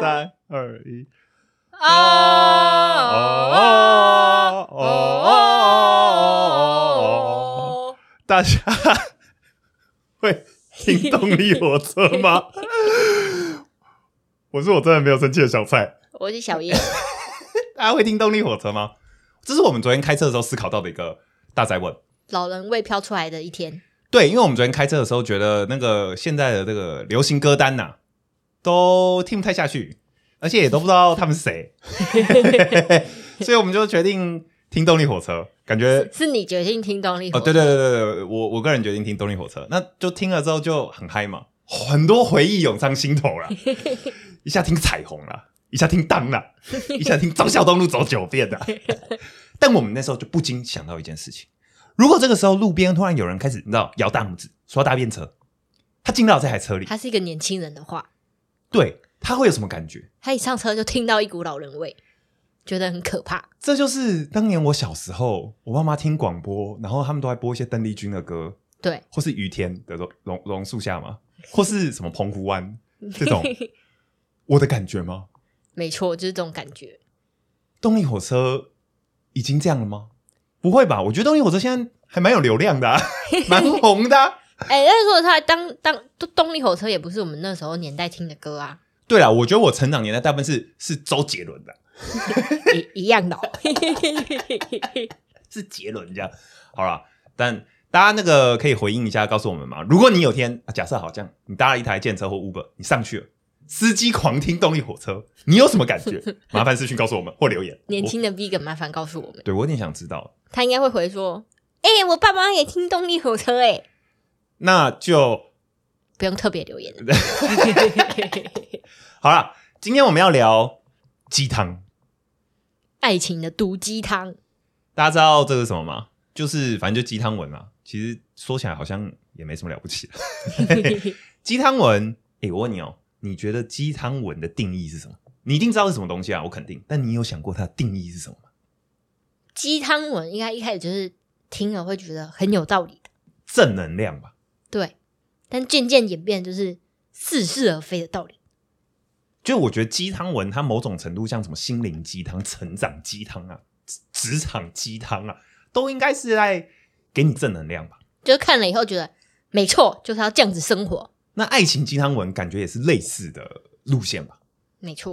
三二一，哦哦哦哦哦哦！哦！大家会听动力火车吗？我说我真的没有生气的小蔡，我是小叶，大家会听动力火车吗？这是我们昨天开车的时候思考到的一个大宅问。老人味飘出来的一天，对，因为我们昨天开车的时候，觉得那个现在的这个流行歌单呐、都听不太下去，而且也都不知道他们是谁， 所以我们就决定听动力火车，感觉是你决定听动力火哦，对车对对对对，我我个人决定听动力火车，那就听了之后就很嗨嘛，很多回忆涌上心头啦，一下听彩虹啦，一下听当啦，一下听张孝东路走九遍啦。 但我们那时候就不禁想到一件事情：如果这个时候路边突然有人开始你知道摇大拇指刷大便车，他进到这台车里，他是一个年轻人的话，对他会有什么感觉？他一上车就听到一股老人味，觉得很可怕。这就是当年我小时候，我爸妈听广播，然后他们都在播一些邓丽君的歌，对，或是于天的榕榕榕树下嘛，或是什么澎湖湾这 种，我的感觉吗？没错，就是这种感觉。动力火车已经这样了吗？不会吧？我觉得动力火车现在还蛮有流量的、 啊，蛮红的啊、哎、但是说实在，当当动力火车也不是我们那时候年代听的歌啊，对啦，我觉得我成长年代大部分是是周杰伦的，一一样的哦、是杰伦这样。好啦，但大家那个可以回应一下，告诉我们嘛。如果你有天、啊假设好像你搭了一台电车或 Uber，你上去了，司机狂听动力火车，你有什么感 觉？麻烦私讯告诉我们或留言。年我，轻的 Vegan，麻烦告诉我们，对我有点想知道。他应该会回说：“哎、我爸妈也听动力火车、哎，那就不用特别 留言了。 好啦，今天我们要聊鸡汤。爱情的毒鸡汤，大家知道这是什么吗？就是反正就鸡汤文啦。其实说起来好像也没什么了不起的。鸡汤文，诶、我问你哦，你觉得鸡汤文的定义是什么？你一定知道是什么东西啊，我肯定。但你有想过它的定义是什么吗？鸡汤文应该一开始就是听了会觉得很有道理的，正能量吧，对，但渐渐演变就是似是而非的道理。就我觉得鸡汤文它某种程度像什么心灵鸡汤、成长鸡汤啊、职职场鸡汤啊，都应该是在给你正能量吧。就是看了以后觉得没错，就是要这样子生活，那爱情鸡汤文感觉也是类似的路线吧。没错。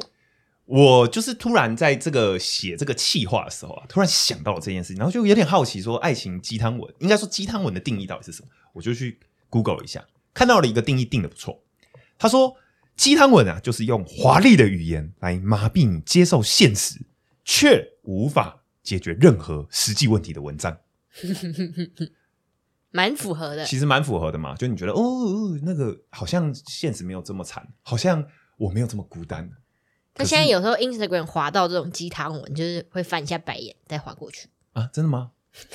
我就是突然在这个写这个气话的时候啊，突然想到了这件事情，然后就有点好奇，说爱情鸡汤文，应该说鸡汤文的定义到底是什么？我就去 Google 了一下，看到了一个定义，定的不错。他说，鸡汤文啊，就是用华丽的语言来麻痹你接受现实，却无法解决任何实际问题的文章。蛮符合的，其实蛮符合的嘛，就你觉得哦，哦那个好像现实没有这么惨，好像我没有这么孤单。但现在有时候 Instagram 滑到这种鸡汤文，就是会翻一下白眼，再滑过去。啊，真的吗？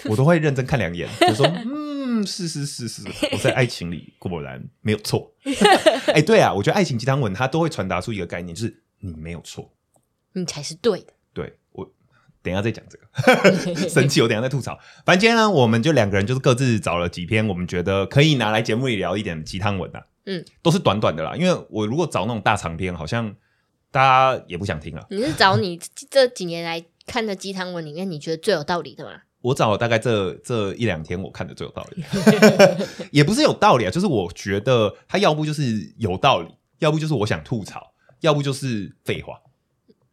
我都会认真看两眼，就说嗯，是是是是，我在爱情里果然没有错。哎、对啊，我觉得爱情鸡汤文它都会传达出一个概念，就是你没有错。你才是对 的， 对我等一下再讲这个，生气，我等一下再吐槽。反正今天呢，我们就两个人就是各自找了几篇我们觉得可以拿来节目里聊一点的鸡汤文啊，嗯，都是短短的啦，因为我如果找那种大长篇，好像大家也不想听了。你是找你这几年来看的鸡汤文里面，你觉得最有道理的吗？我找了大概这这一两天，我看的最有道 理，也不是有道理啊，就是我觉得他要不就是有道理，要不就是我想吐槽，要不就是废话。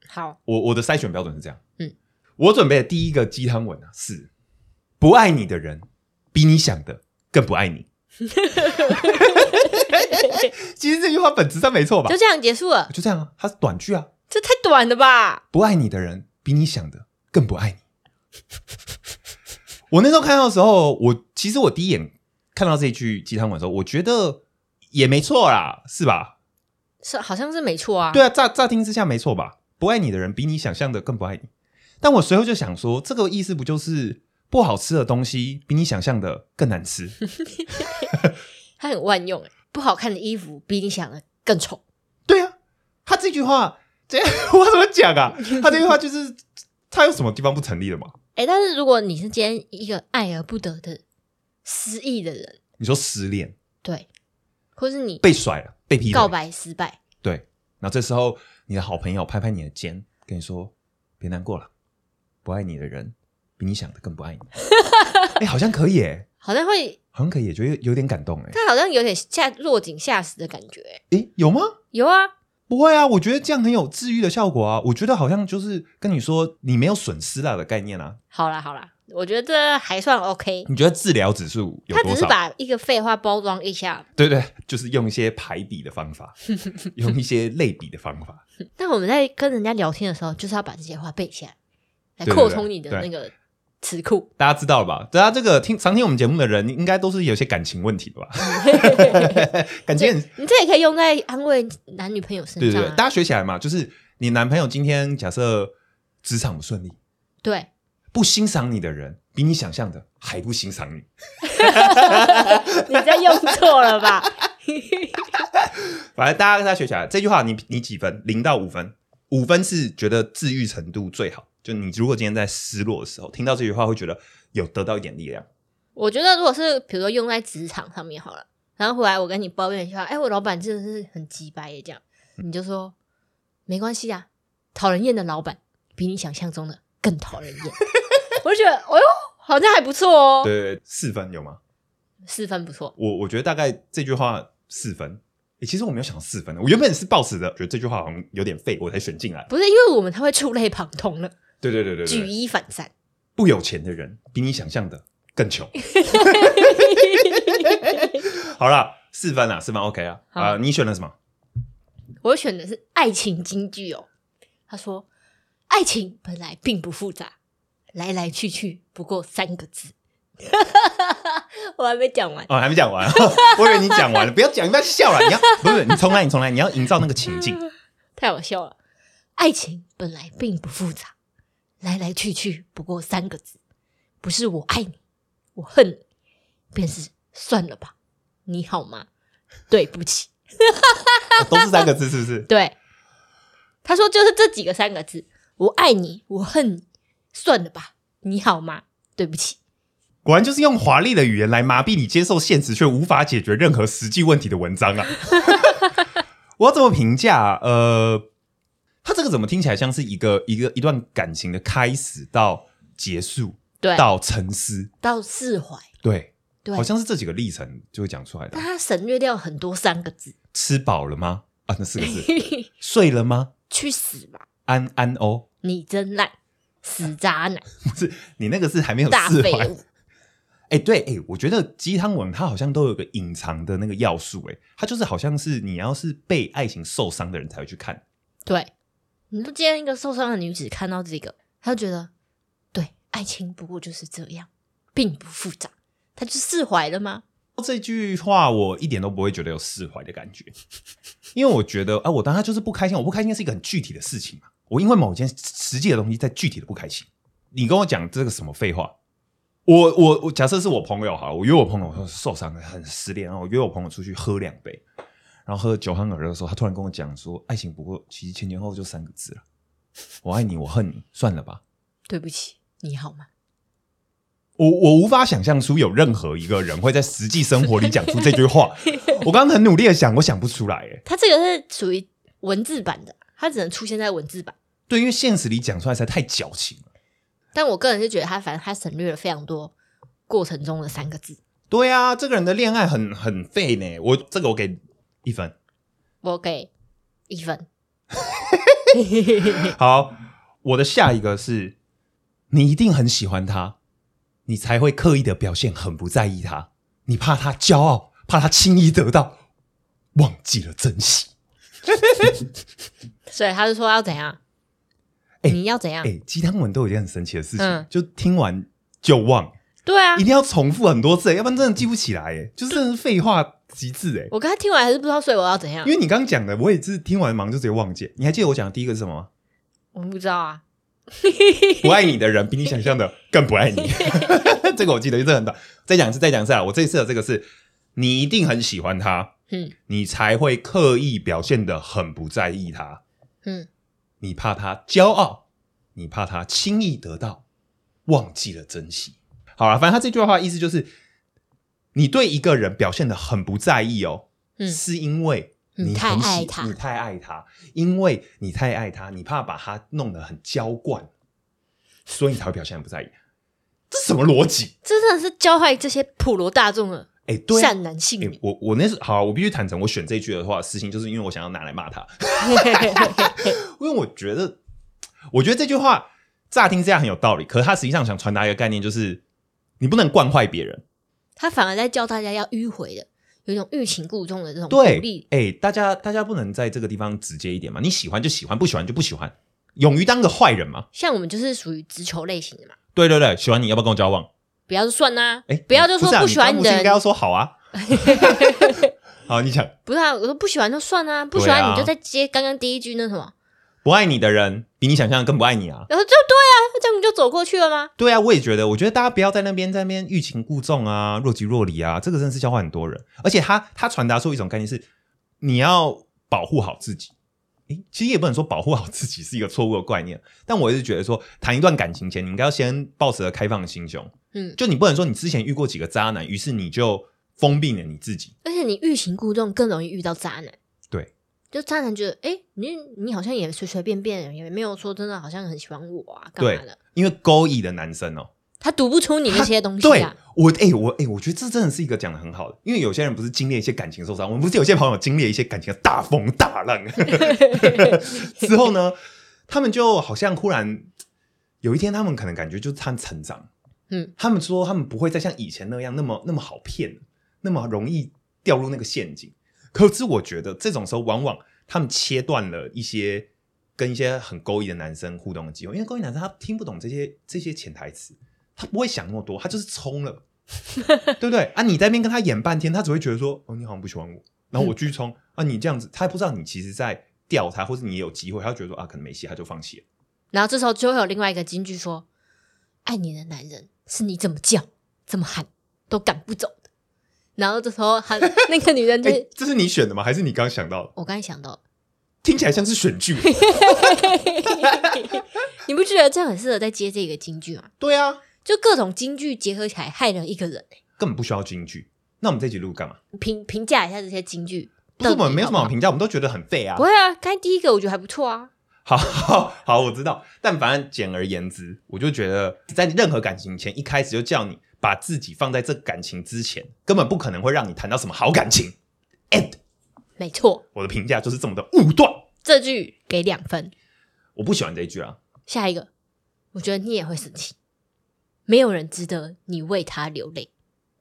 好，我我的筛选标准是这样，嗯，我准备的第一个鸡汤文啊是不爱你的人比你想的更不爱 你。其实这句话本质上没错吧就？这样结束了，就这样啊，它是短句啊，这太短了吧？不爱你的人比你想的更不爱你。 我那时候看到的时候，我其实我第一眼看到这一句鸡汤文的时候，我觉得也没错啦，是吧？是好像是没错啊。对啊，乍乍听之下没错吧？不爱你的人比你想象的更不爱你。但我随后就想说，这个意思不就是不好吃的东西比你想象的更难吃？它很万用、欸，不好看的衣服比你想的更丑。对啊，他这句话，这 我怎么讲啊？他这句话就是他有什么地方不成立了吗？哎、但是如果你是今天一个爱而不得的失意的人，你说失恋、对，或是你被甩了、被劈腿告白失败，对，然后这时候你的好朋友拍拍你的肩，跟你说别难过了，不爱你的人比你想的更不 爱你。哎、好像可以哎，好像会，好像可以耶，觉得有有点感动哎。他好像有点下落井下石的感觉欸。哎、有吗？有啊，不会啊，我觉得这样很有治愈的效果啊。我觉得好像就是跟你说你没有损失啦的概念啊。好啦好啦，我觉得这还算 OK。你觉得治疗指数有他多只是少？把一个废话包装一下，对对，就是用一些排比的方法，用一些类比的方法。但我们在跟人家聊天的时候，就是要把这些话背下来，来对对扩对充你的对那个词库。大家知道了吧？大家这个听常听我们节目的人，应该都是有些感情问题 的吧？感情很你这也可以用在安慰男女朋友身对上、对对，啊。大家学起来嘛。就是你男朋友今天假设职场不顺利，对不欣赏你的人，比你想象的还不欣赏你。 你在用错了吧？反正大家大家学起来这句话你，你几分？零到五分，五分是觉得治愈程度最好。就你如果今天在失落的时候听到这句话，会觉得有得到一点力量。我觉得如果是比如说用在职场上面好了，然后回来我跟你抱怨一下，哎，我老板真的是很鸡掰耶，这样嗯你就说没关系啊，讨人厌的老板比你想象中的更讨人厌。 我就觉得，哎呦，好像还不错哦，对，四分有吗？四分不错。我我觉得大概这句话四分。诶其实我没有想到四分的，我原本是抱持的，觉得这句话好像有点废，我才选进来。不是因为我们他会触类旁通了，对对对对举对，一反三。不有钱的人比你想象的更 穷。好啦，四分啊，四分 OK 啊。好啊、你选了什么？我选的是爱情金句哦。他说：“爱情本来并不复杂，来来去去不过三个字。” 我还没讲完。哦，还没讲完， 我以为你讲完了，不要讲，你不要笑了。你要不是你重来，你重来，你要营造那个情境。太好笑了。爱情本来并不复杂，来来去去不过三个字，不是我爱你，我恨你，便是算了吧。你好吗？对不起，哦都是三个字，是不是？对。他说就是这几个三个字，我爱你，我恨你，算了吧。你好吗？对不起，果然就是用华丽的语言来麻痹你接受现实却无法解决任何实际问题的文章啊！ 我要怎么评价啊、呃，他这个怎么听起来像是一个一个一段感情的开始到结束对，到沉思，到释怀，对，对好，像是这几个历程就会讲出来的但。他省略掉很多三个字，吃饱了吗？啊，那四个 字。睡了吗？去死吧，安安哦，你真烂，死 渣男，不是你那个是还没有大释废怀。物。哎、对，哎、我觉得鸡汤文它好像都有个隐藏的那个要素、哎，它就是好像是你要是被爱情受伤的人才会去看，对，你说今天一个受伤的女子看到这个，她就觉得，对，爱情不过就是这样，并不复杂，她就释怀了吗？这句话我一点都不会觉得有释怀的感觉， 因为我觉得啊，我当他就是不开心，我不开心是一个很具体的事情嘛，我因为某一件实际的东西在具体的不开心。你跟我讲这个什么废话？我我我假设是我朋友好了，我约我朋友受伤了，很失恋，然后我约我朋友出去喝两杯，然后喝酒酣耳热的时候，他突然跟我讲说，爱情不过其实前前后后就三个字了，我爱你，我恨你，算了吧。对不起，你好吗？我我无法想象出有任何一个人会在实际生活里讲出这句话。我刚刚很努力的想，我想不出来。哎，她这个是属于文字版的，她只能出现在文字版。对，因为现实里讲出来实在太矫情了。但我个人是觉得她，反正她省略了非常多过程中的三个字。对啊，这个人的恋爱很很废呢。我这个我给一分。我给 一分，好，我的下一个是，你一定很喜欢他，你才会刻意的表现很不在意他，你怕他骄傲，怕他轻易得到，忘记了珍惜。所以她就说要怎样？哎你要怎样？哎、鸡汤文都有一件很神奇的事情，嗯就听完就忘。对啊一，定要重复很多次，欸要不然真的记不起来，哎，就是真的是废话极致，哎。我刚才听完还是不知道，所以我要怎样因？为你刚刚讲的，我也是听完忙就直接忘记。你还记得我讲的第一个是什么吗？我不知道啊。不爱你的人比你想象的更不爱你。这个我记得，这很短。再讲一次，再讲一次啊！我这一次的这个是，你一定很喜欢他，嗯你才会刻意表现的很不在意他。嗯，你怕他骄傲，你怕他轻易得到，忘记了珍惜。好了，反正他这句话意思就是，你对一个人表现的很不在意哦，嗯是因为你你太很喜爱他你太爱他，因为你太爱他，你怕把他弄得很娇惯，所以你才会表现得不在意。这什么逻辑？这真的是教坏这些普罗大众的哎、对、啊，善男信哎、女。我我那是好啊、我必须坦诚，我选这一句的话，私心就是因为我想要拿来骂他，哎 因为我觉得，我觉得这句话乍听这样很有道理，可是他实际上想传达一个概念，就是你不能惯坏别人。 他反而在教大家要迂回的，有一种欲擒故纵的这种鼓对励，。哎、大家大家不能在这个地方直接一点嘛？你喜欢就喜欢，不喜欢就不喜欢，勇于当个坏人嘛。像我们就是属于直球类型的嘛，对对对，喜欢你要不要跟我交往？不要就算啦、哎、不要就说是啊喜欢你当你母亲的应该要人，说好啊。 好，你讲不是啊，我说不喜欢就算啦、不对啊喜欢你就再接刚刚第一句那什啊么，不爱你的人比你想象的更不爱你啊。然后就对啊，这样你就走过去了吗？对啊，我也觉得，我觉得大家不要在那边在那边欲擒故纵啊，若即若离啊，这个真的是教坏很多人。而且他他传达出一种概念是，你要保护好自己。诶，其实也不能说保护好自己是一个错误的概念，但我是觉得说，谈一段感情前，你应该要先抱持着开放的心胸，嗯，就你不能说你之前遇过几个渣男，于是你就封闭了你自己。而且你欲擒故纵更容易遇到渣男。对，就渣男觉得，哎、你你好像也随随便便，也没有说真的好像很喜欢我啊，干嘛的？因为勾引的男生哦，他读不出你那些东西对啊。我，哎、我，哎、我觉得这真的是一个讲的很好的，因为有些人不是经历一些感情受伤，我们不是有些朋友经历一些感情的大风大浪 之后呢，他们就好像忽然有一天，他们可能感觉就是他们成长，嗯，他们说他们不会再像以前那样那么那么好骗，那么容易掉入那个陷阱。可是我觉得这种时候，往往他们切断了一些跟一些很勾引的男生互动的机会，因为勾引男生他听不懂这些这些潜台词，他不会想那么多，他就是冲了，对不对？啊，你在那边跟他演半天，他只会觉得说，哦，你好像不喜欢我，然后嗯我继续冲、啊，你这样子，他也不知道你其实在吊他，或是你也有机会，他就觉得说啊，可能没戏，他就放弃了。 然后这时候就会有另外一个金句说：“爱你的男人是你怎么叫、怎么喊都赶不走的。”然后这 时候他那个女人就哎、这是你选的吗？还是你刚刚想到的？我刚才想到，听起来像是选剧。 你不觉得这样很适合再接这个金句吗？对啊，就各种金句结合起来害了一个人、根本不需要京剧。那我们这集录干嘛？评评价一下这些金句，不是我到们底没有什么好好不好评价，我们都觉得很废啊不。会啊，刚才第一个我觉得还不错啊。好好好，我知道。但反正简而言之，我就觉得在任何感情前，一开始就叫你把自己放在这感情之前，根本不可能会让你谈到什么好感情。And 没错，我的评价就是这么的武断，这句给两分。我不喜欢这一句啊。下一个，我觉得你也会生气。没有人值得你为他流泪，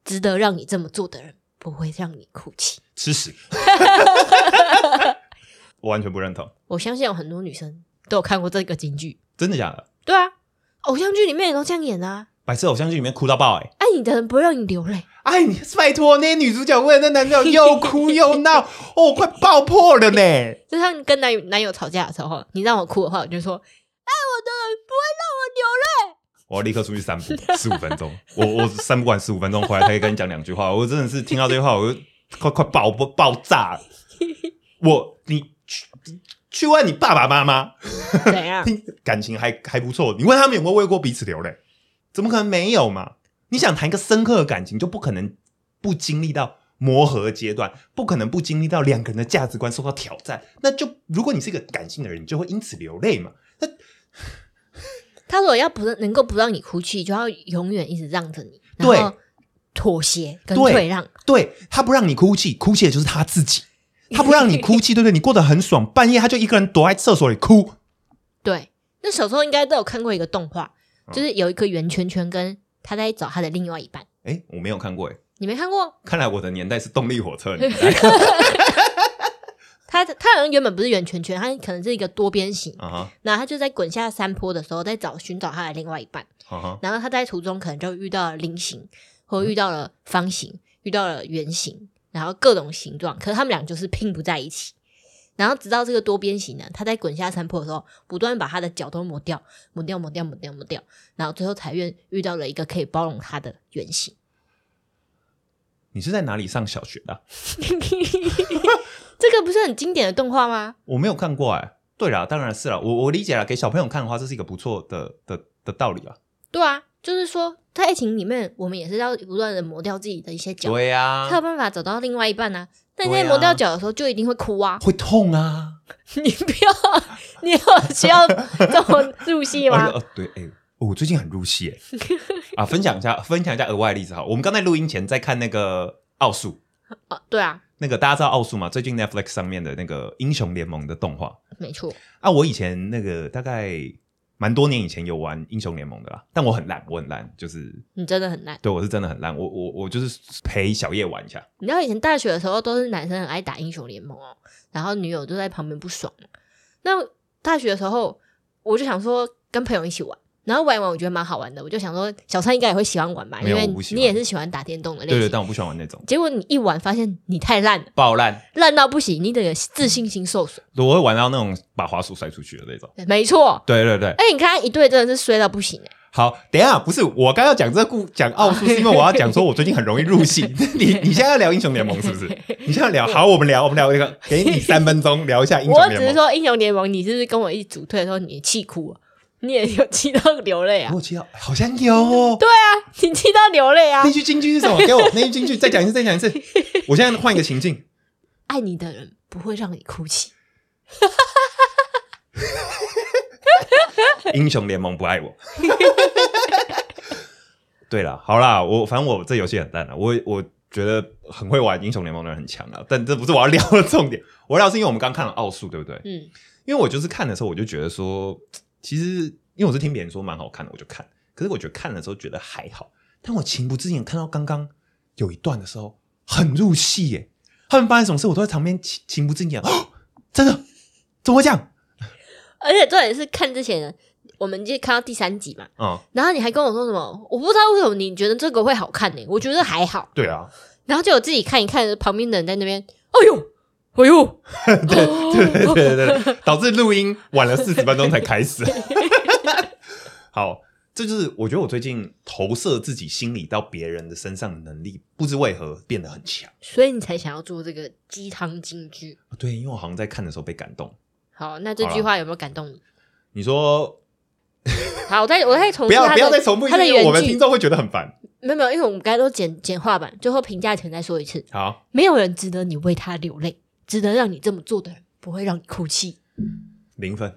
值得让你这么做的人不会让你哭泣。吃屎！我完全不认同，我相信有很多女生都有看过这个京剧。真的假的？对啊，偶像剧里面也都这样演啊。白色偶像剧里面哭到爆哎、爱你的人不会让你流泪，哎，你拜托，那些女主角为了那男朋友又哭又闹，哦，快爆破了呢！就像跟男友男友吵架的时候，你让我哭的话，我就说爱哎我的人不会我要立刻出去散步十五分钟，我我散步完十五分钟回来，可以跟你讲两句话。我真的是听到这句话，我就快快爆爆爆炸了。我你去去问你爸爸妈妈，让我流泪， 怎样？听感情还还不错，你问他们有没有为过彼此流泪？怎么可能没有嘛？你想谈一个深刻的感情，就不可能不经历到磨合阶段，不可能不经历到两个人的价值观受到挑战。那就如果你是一个感性的人，你就会因此流泪嘛。他说要不是能够不让你哭泣，就要永远一直让着你，然对后妥协跟对退让。对他不让你哭泣，哭泣的就是他自己。他不让你哭泣，对不对？你过得很爽，半夜他就一个人躲在厕所里哭。对，那小时候应该都有看过一个动画，嗯就是有一个圆圈圈跟他在找他的另外一半，哎，我没有看过哎，你没看过？看来我的年代是动力火车。他他好像原本不是圆圈圈，他可能是一个多边形。啊哈然后他就在滚下山坡的时候，在找寻找他的另外一半。啊哈，然后他在途中可能就遇到了菱形，嗯或遇到了方形，遇到了圆形，然后各种形状，可是他们俩就是拼不在一起。然后直到这个多边形呢，他在滚下山坡的时候，不断把他的脚都磨掉，磨掉，磨掉，磨掉，磨掉，然后最后才愿遇到了一个可以包容他的圆 形。你是在哪里上小学的啊、这个不是很经典的动画吗？我没有看过哎。对啦，当然是啦，我我理解了，给小朋友看的话，这是一个不错的的的道理啊。对啊，就是说，在爱情里面，我们也是要不断的磨掉自己的一些角，对才有啊，办法找到另外一半啊。但对在啊磨掉脚的时候，就一定会哭啊！会痛啊， 你不要，你有需要这么入戏而且？ 吗 呃，对，哎、我最近很入戏哎、啊，分享一下，分享一下额外的例子哈。我们刚才录音前在看那个奥数，啊，对啊，那个大家知道奥数嘛？最近 Netflix 上面的那个英雄联盟的动画，没错，啊，我以前那个大概蛮多年以前有玩英雄联盟的啦，但我很烂，我很烂，就是你真的很烂。对我是真的很烂，我我我就是陪小叶玩一下，你知道以前大学的时候，都是男生很爱打英雄联盟哦，然后女友就在旁边不爽。那大学的时候，我就想说跟朋友一起玩，然后玩一玩，我觉得蛮好玩的，我就想说小三应该也会喜欢玩吧，没因有为我不喜欢你也是喜欢打电动的类对型。对，但我不喜欢玩那种结果你一玩发现你太烂了，爆烂，烂到不行，你整个自信心受损。我会玩到那种把滑鼠甩出去的那种。没错，对对对，哎，你看一队真的是衰到不行哎、好，等一下不是我刚要讲这个故讲奥数，是因为我要讲说我最近很容易入 戏。你你现在要聊英雄联盟是不是？你现在聊好，我们聊我们聊一 个，给你三分钟聊一下英我雄只是联盟。说英雄联盟，你是不是跟我一起组队的时候你气哭、啊，你也有气到流泪啊？我记得哦好像有哦， 你气到流泪啊那？句京剧是什么？给我那句京剧，再讲一次，再讲一次。我现在换一个情境，爱你的人不会让你哭泣。 英雄联盟不爱我。 对了，好啦，我反正我这游戏很烂了，我我觉得很会玩英雄联盟的人很强啊，但这不是我要聊的重点。 我要聊是因为我们刚看了奥数，对不对？嗯，因为我就是看的时候，我就觉得说，其实因为我是听别人说蛮好看的，我就看。可是我觉得看的时候觉得还好，但我情不自禁看到刚刚有一段的时候很入戏耶，他们发生什么事我都在旁边情情不自禁地，哦， 真的怎么会这样？而且重点是看之前，我们就看到第三集嘛，嗯，然后你还跟我说什么？我不知道为什么你觉得这个会好看呢、我觉得还好。对啊，然后就我自己看一看，旁边的人在那边，哎呦，哎呦， 对对对对，导致录音晚了四十分钟才开始。好，这就是我觉得我最近投射自己心里到别人的身上的能力，不知为何变得很强。 所以你才想要做这个鸡汤金句。对，因为我好像在看的时候被感动。好，那这句话有没有感动你？你说好，我再我再重不复要他不要再的，重复一他次，的因为我原们句听众会觉得很烦。没有没有，因为我们刚才都简简化版，最后评价前再说一次，好，没有人值得你为他流泪，值得让你这么做的人不会让你哭泣。零分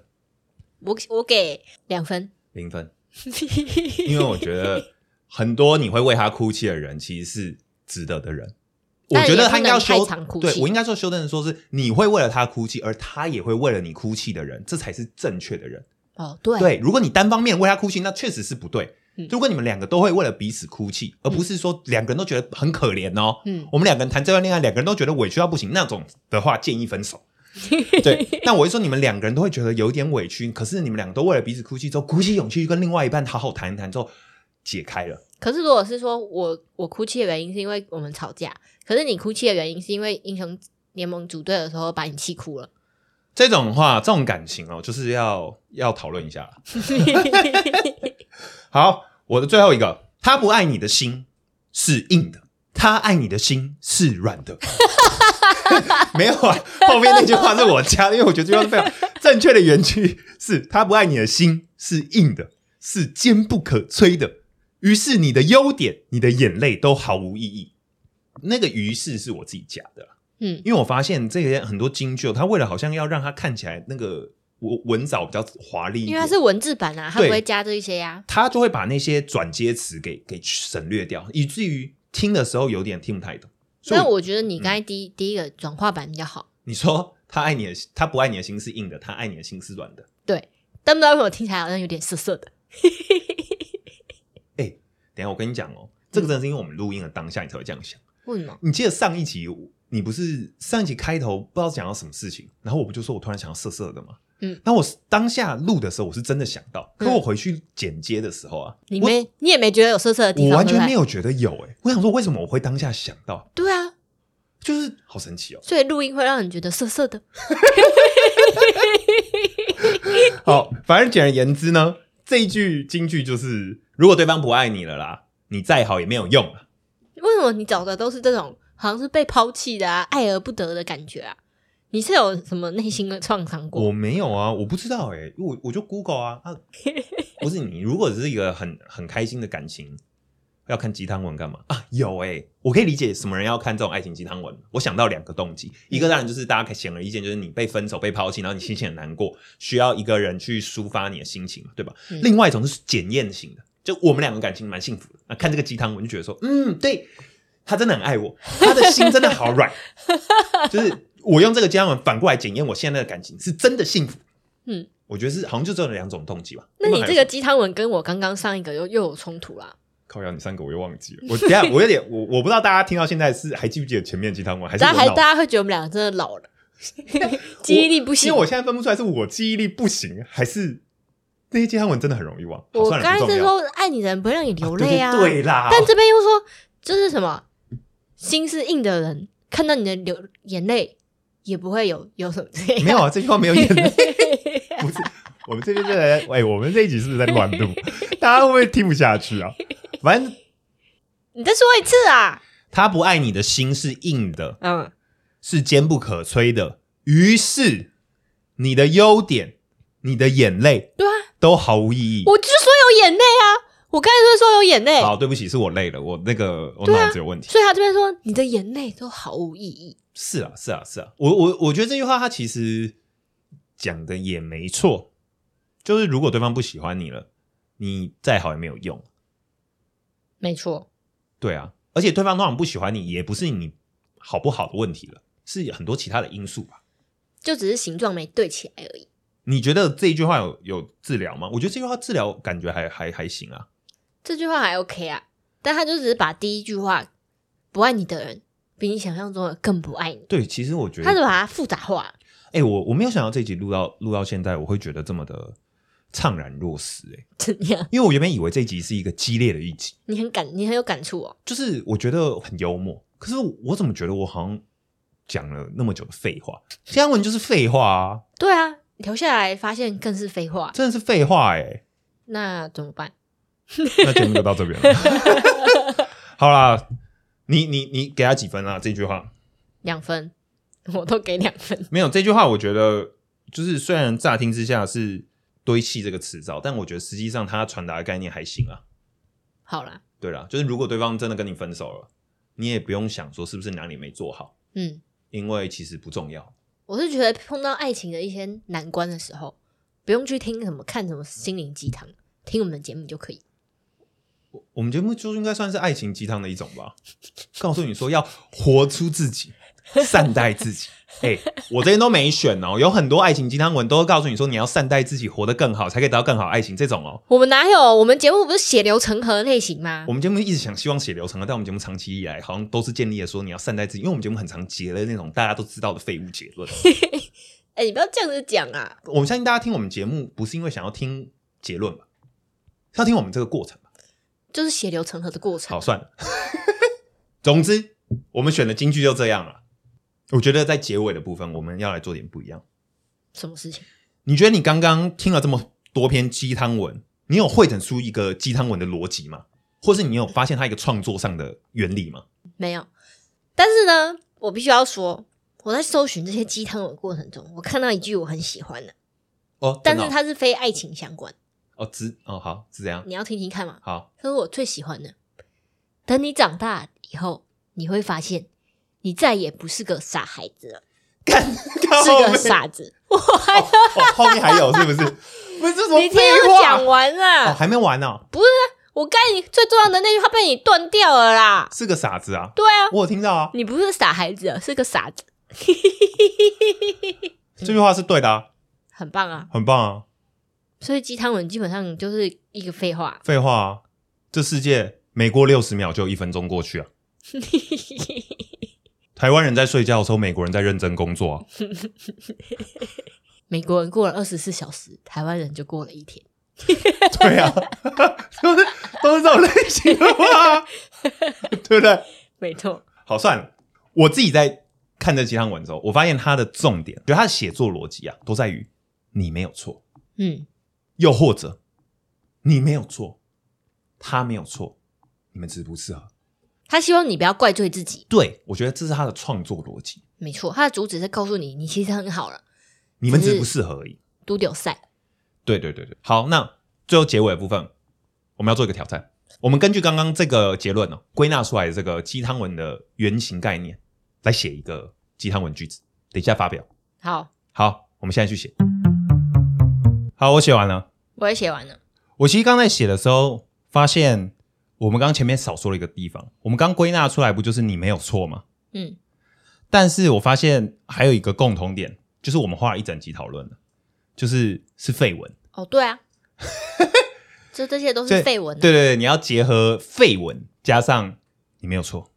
我我给两分， 零分，因为我觉得很多你会为他哭泣的人，其实是值得的人。我但觉得也他不应该要能太修常，哭对泣啊我应该说修正的说是你会为了他哭泣，而他也会为了你哭泣的人，这才是正确的人。哦，对，对，如果你单方面为他哭泣，那确实是不对。嗯如果你们两个都会为了彼此哭泣，而不是说两个人都觉得很可怜哦，嗯，我们两个人谈这段恋爱，两个人都觉得委屈到不行，那种的话建议分手。对，那我就说你们两个人都会觉得有一点委屈，可是你们两个都为了彼此哭泣之后，鼓起勇气去跟另外一半好好谈一谈之后，解开了。可是如果是说我我哭泣的原因是因为我们吵架，可是你哭泣的原因是因为英雄联盟组队的时候把你气哭了，这种话，这种感情哦，就是要要讨论一下啦。好，我的最后一个，他不爱你的心是硬的，他爱你的心是软的。 没有啊，后面那句话是我加的，因为我觉得这句话是非常正确的原句是：他不爱你的心是硬的，是坚不可摧的。于是你的优点、你的眼泪都毫无意义。那个“于是”是我自己加的啦，嗯，因为我发现这些很多京剧哦，他为了好像要让它看起来那个文文藻比较华丽一因点，为它是文字版啊，它对不会加这一些啊呀、他就会把那些转接词给给省略掉，以至于听的时候有点听不太懂。所以但我觉得你刚才第一、第一个转化版比较好，你说他爱你的，他不爱你的心是硬的，他爱你的心是软的。对，但不知道为什么听起来好像有点涩涩的。嗯等一下我跟你讲哦，这嗯个真的是因为我们录音的当下你才会这样想。为什么？你记得上一集你不是上一集开头不知道讲到什么事情，然后我不就说我突然想要色色的吗？嗯，那我当下录的时候我是真的想到，可嗯我回去剪接的时候啊，你我没你也没觉得有涩涩的地我方，完全没有。有觉得有诶、我想说为什么我会当下想到，对啊，就是好神奇哦。所以录音会让你觉得涩涩的。好，反正简而言之呢，这一句金句就是，如果对方不爱你了啦，你再好也没有用啊了。为什么你找的都是这种好像是被抛弃的啊，爱而不得的感觉啊？你是有什么内心的创伤过？欸 我没有啊，我不知道哎、因为我我就 Google 啊，啊不是你，如果只是一个很很开心的感情，要看鸡汤文干嘛啊？有哎、我可以理解什么人要看这种爱情鸡汤文。我想到两个动机，一个当然就是大家显而易见，就是你被分手、被抛弃，然后你心情很难过，需要一个人去抒发你的心情嘛，对吧？嗯另外一种是检验型的，就我们两个感情蛮幸福的啊，看这个鸡汤文就觉得说，嗯，对他真的很爱我，他的心真的好 软，就是我用这个鸡汤文反过来检验我现在的感情是真的幸福。嗯，我觉得是好像就只有两种动机吧。那有没你有还有这什么个鸡汤文跟我刚刚上一个又又有冲突啦。靠腰，你三个我又忘记了。我等一下我有点我我不知道大家听到现在是还记不记得前面鸡汤文，还是大我家还脑大家会觉得我们两个真的 老了，记忆力不行因为。我现在分不出来是我记忆力不行，还是那些鸡汤文真的很容易忘。我好算刚了才不重是要说爱你的人不会让你流啊泪啊，对对对啦，但这边又说就是什么心是硬的人，看到你的流眼泪也不会有有什么这样没有啊，这句话没有眼泪，不是。我们这边在 哎、我们这一集是不是在乱 录？大家会不会听不下去啊？反正 你再说一次啊！他不爱你的心是硬的，嗯，是坚不可摧的。于是，你的优点、你的眼泪对啊，都毫无意义。我就是说有眼泪啊，我刚才就是说有眼泪，好，对不起，是我累了，我那个我对啊脑子有问题。所以他这边说你的眼泪都毫无意义。是啊，是啊，是啊，我我我觉得这句话他其实讲的也没错，就是如果对方不喜欢你了，你再好也没有用。没错，对啊，而且对方通常不喜欢你，也不是你好不好的问题了，是很多其他的因素吧。就只是形状没对起来而已。你觉得这一句话有有治疗吗？我觉得这句话治疗感觉还还还行啊。这句话还 OK 啊，但他就只是把第一句话不爱你的人比你想象中的更不爱你，对，其实我觉得他就把它复杂化。哎、我我没有想到这一集录到录到现在，我会觉得这么的怅然若失、欸。怎样？因为我原本以为这一集是一个激烈的一集，你很感，你很有感触哦。就是我觉得很幽默，可是我怎么觉得我好像讲了那么久的废话？这样文就是废话啊，对啊，留下来发现更是废话，真的是废话哎、那怎么办？ 那节目就到这边了。好啦，你你你给他几分啊？这句话两分，我都给两分。没有这句话，我觉得就是虽然乍听之下是堆砌这个词藻，但我觉得实际上他传达的概念还行啊。好啦，对啦，就是如果对方真的跟你分手了，你也不用想说是不是哪里没做好，嗯，因为其实不重要。我是觉得碰到爱情的一些难关的时候，不用去听什么看什么心灵鸡汤，听我们的节目就可以。我我们节目就应该算是爱情鸡汤的一种吧，告诉你说要活出自己，善待自己。哎、我这边都没选哦，有很多爱情鸡汤文都会告诉你说你要善待自己，活得更好，才可以得到更好的爱情。这种哦，我们哪有？我们节目不是血流成河的类型吗我？们节目一直想希望写流程啊，但我们节目长期以来好像都是建立了说你要善待自己，因为我们节目很常结了那种大家都知道的废物结论。 哎、你不要这样子讲啊！我们相信大家听我们节目不是因为想要听结论吧，是要听我们这个过程吧。就是血流成河的过程好，。算了。 总之，我们选的金句就这样了。我觉得在结尾的部分，我们要来做点不一样。什么事情？你觉得你刚刚听了这么多篇鸡汤文，你有汇整出一个鸡汤文的逻辑吗？或是你有发现它一个创作上的原理吗？没有。但是呢，我必须要说，我在搜寻这些鸡汤文的过程中，我看到一句我很喜欢的，哦，但真是的哦它是非爱情相关，哦，只哦好是这样，你要听听看吗？ 好这是我最喜欢的。等你长大以后，你会发现，你再也不是个傻孩子 了，干是是个傻子。哦，后面还有是 不是？不是这什么你听废我讲话？完哦，啦，还没完呢、哦，我该你最重要的那句话被你断掉了啦。是个傻子啊！对啊，我有听到啊，你不是个傻孩子了，是个傻子，这句话是对的、啊，很棒啊。很棒啊。所以鸡汤文基本上就是一个废话。 废话、啊，这世界每过六十秒就有一分钟过去啊！台湾人在睡觉的时候，美国人在认真工作啊！美国人过了二十四小时，台湾人就过了一天。对啊， 都是都是这种类型的话、啊，对不对？没错，好，算了，我自己在看这鸡汤文的时候，我发现他的重点，觉得他的写作逻辑啊，都在于你没有错，嗯，又或者你没有错，他没有错，你们只是不适合。他希望你不要怪罪自己。对，我觉得这是他的创作逻辑，没错，他的主旨是告诉你，你其实很好了，你们只是不适合而已。都丢赛。对对对对，好，那最后结尾的部分，我们要做一个挑战。我们根据刚刚这个结论哦，归纳出来的这个鸡汤文的原型概念，来写一个鸡汤文句子，等一下发表。好，好，我们现在去写。好，我写完了。我也写完了。我其实刚才写的时候，发现我们刚前面少说了一个地方，我们刚归纳出来不就是你没有错吗？嗯，但是我发现还有一个共同点，就是我们花了一整集讨论的，就是是废文。哦，对啊，这这些都是对废文、啊。对对对，你要结合废文加上你没有错，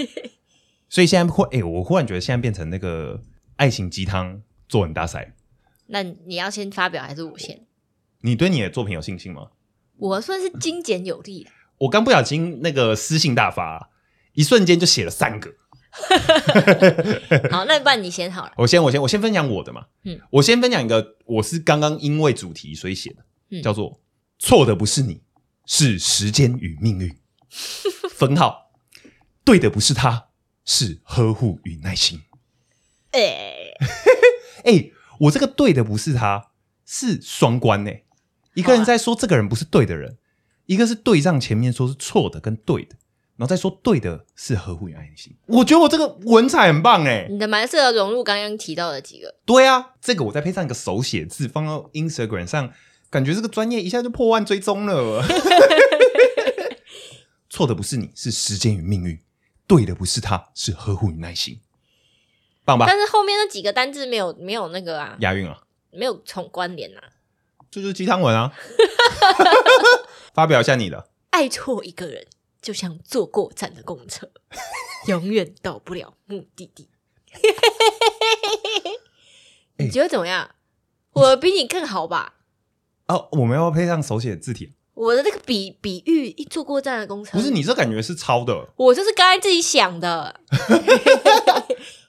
所以现在会哎、我忽然觉得现在变成那个爱情鸡汤作文大赛。那你要先发表还是我先？你对你的作品有信心吗？我算是精简有力啦，我刚不小心那个私信大发、一瞬间就写了三个。好，那不然你先好 了。我先我先我先分享我的嘛，嗯我先分享一个，我是刚刚因为主题所以写的，嗯叫做“错的不是你，是时间与命 运” 。分号，对的不是他，是呵护与耐心。哎、哎、我这个对的不是他，是双关呢、一个人在说这个人不是对的人，一个是对仗前面说是错的跟对的，然后再说对的是呵护与耐心。我觉得我这个文采很棒哎、你的蛮适合融入刚刚提到的几个。对啊，这个我再配上一个手写字放到 Instagram 上，感觉这个专业一下就破万追踪了。 错的不是你，是时间与命运；对的不是他，是呵护与耐心。棒吧？但是后面那几个单字没有没有那个啊，押韵啊，没有重关联啊。这就是鸡汤文 啊。发表一下你的，爱错一个人，就像坐过站的 公车，永远到不了目的地。你觉得怎么样？我比你更好吧？哦，我们要不要配上手写字体，我的那个比比喻，一坐过站的公车，不是，你这感觉是抄的。我就是刚才自己想的。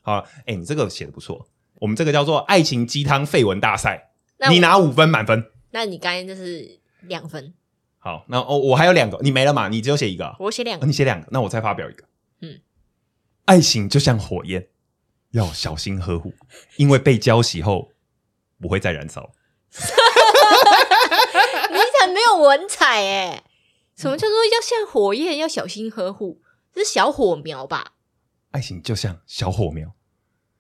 好了，哎、你这个写的不错，我们这个叫做爱情鸡汤废文大赛，那我你？拿五分满分。那你刚才就是两分，好，那哦，我还有两个，你没了嘛？你只有写一个啊、我写两哦个。你写两个，那我再发表一个。嗯，爱情就像火焰，要小心呵护，因为被浇熄后不会再燃烧。你才没有文采哎、嗯什么叫做要像火焰要小心呵护？这是小火苗吧？爱情就像小火苗，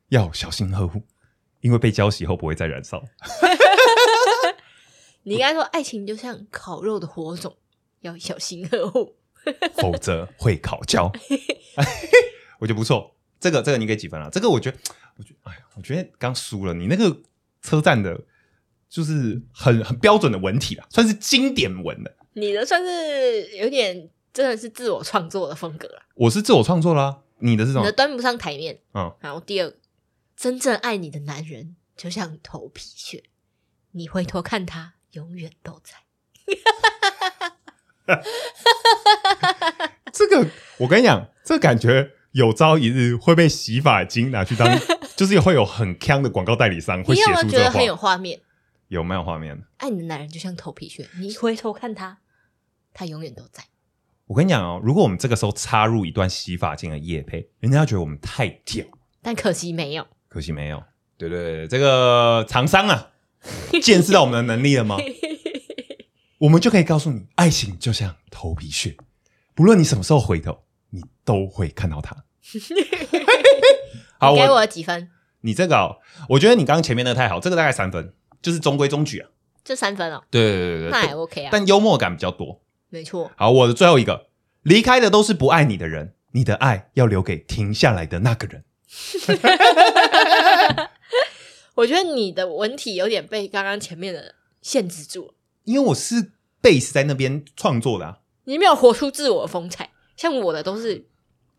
要小心呵护，因为被浇熄后不会再燃烧。你应该说爱情就像烤肉的火种，要小心呵护。否则会烤 焦。我觉得不错，这个这个你给几分啊？这个我觉得，我觉得，哎呀，我觉得刚输了。你那个车站的，就是很很标准的文体啦，啊算是经典文的。你的算是有点真的是自我创作的风格了，我是自我创作啦、你的是什你么的？端不上台面。嗯，然后第二个，真正爱你的男人就像头皮屑，你回头看他永远都在。这个我跟你讲，这个感觉有朝一日会被洗发精拿 去当，就是会有很强的广告代理商会你写有没出有觉这得话很。有画面？有没有画面？爱你的男人就像头皮屑，你一回头看他，他永远都在。我跟你讲哦，如果我们这个时候插入一段洗发精的夜配，人家觉得我们太屌。但可惜没有。可惜没有。对对对，这个厂商啊，见识到我们的能力了吗？我们就可以告诉你，爱情就像头皮屑，不论你什么时候回头，你都会看到 它。好，你给我我几分？你这个、哦，我觉得你刚刚前面那个太好，这个大概三分，就是中规中矩啊。就三分哦，对对呃对那也 OK 啊，但幽默感比较多。没错。好，我的最后一个，离开的都是不爱你的人，你的爱要留给停下来的那个人。我觉得你的文体有点被刚刚前面的限制住了，因为我是 base 在那边创作的啊。你没有活出自我的风采。像我的都是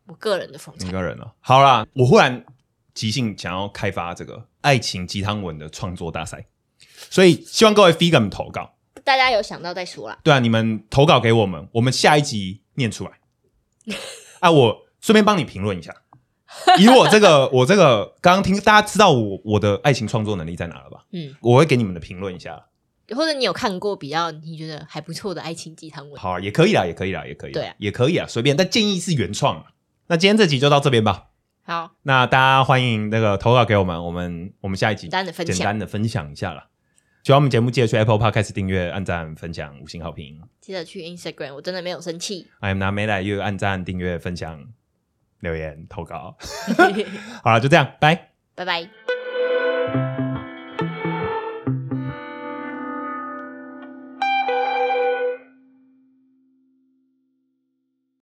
我个人的风一采，个人了。好啦，我忽然即兴想要开发这个爱情鸡汤文的创作大赛，所以希望各位 figum 投稿。大家有想到再说啦。对啊，你们投稿给我们，我们下一集念出来。 啊，我顺便帮你评论一下。以我这个， 我这个刚刚听，大家知道我我的爱情创作能力在哪了吧？嗯，我会给你们的评论一下。或者你有看过比较你觉得还不错的爱情鸡汤文？好啊，也可以啦，也可以啦，也可以啦，对啊也可以啊，随便。但建议是原创啊。那今天这集就到这边吧。好，那大家欢迎那个投稿给我们，我们我们下一集简单的分享简单的分享一下啦。喜欢我们节目，记得去 Apple Podcast 订阅、按赞、分享、五星好评。记得去 Instagram，我真的没有 生气。 I am not made at you，按赞、订阅、分享、留言、投稿。好了，就这样，拜。拜拜。